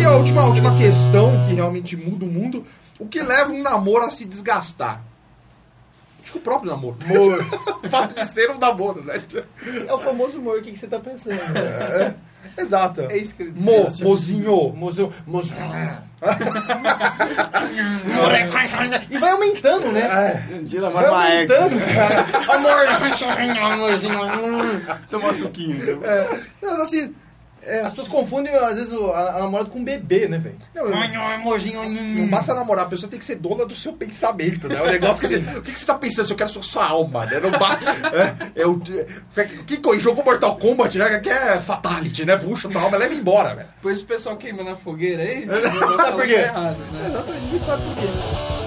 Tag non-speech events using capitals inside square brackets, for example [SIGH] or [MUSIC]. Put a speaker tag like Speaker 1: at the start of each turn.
Speaker 1: é a última, última questão que realmente muda o mundo, o que leva um namoro a se desgastar? Acho que o próprio namoro. [LAUGHS] o fato de ser um namoro, né?
Speaker 2: É o famoso humor, o que que você tá pensando?
Speaker 1: Exato.
Speaker 2: É isso que ele
Speaker 1: Mo,
Speaker 2: diz.
Speaker 1: mozinho.
Speaker 3: Museu, museu.
Speaker 2: E vai aumentando, né?
Speaker 3: Dila
Speaker 2: Vai
Speaker 3: Marmaega.
Speaker 2: aumentando.
Speaker 3: Tomar suquinho. viu?
Speaker 1: Não, assim,
Speaker 2: é, As pessoas confundem, às vezes, o- a, a namorada com um bebê, né, velho?
Speaker 1: não, eu- Não basta namorar, a pessoa tem que ser dona do seu pensamento, né? O negócio que você. O que, que você tá pensando? Se eu quero só sua alma, né? Não basta. É, eu, que coisa? Jogo Mortal Kombat, né? Que é fatality, né? Puxa tua alma, leva embora, velho.
Speaker 2: [LAUGHS]
Speaker 4: Pois o pessoal queima na fogueira aí.
Speaker 1: Sabe por quê?
Speaker 4: Errado, né?
Speaker 1: Exatamente, ninguém sabe por quê.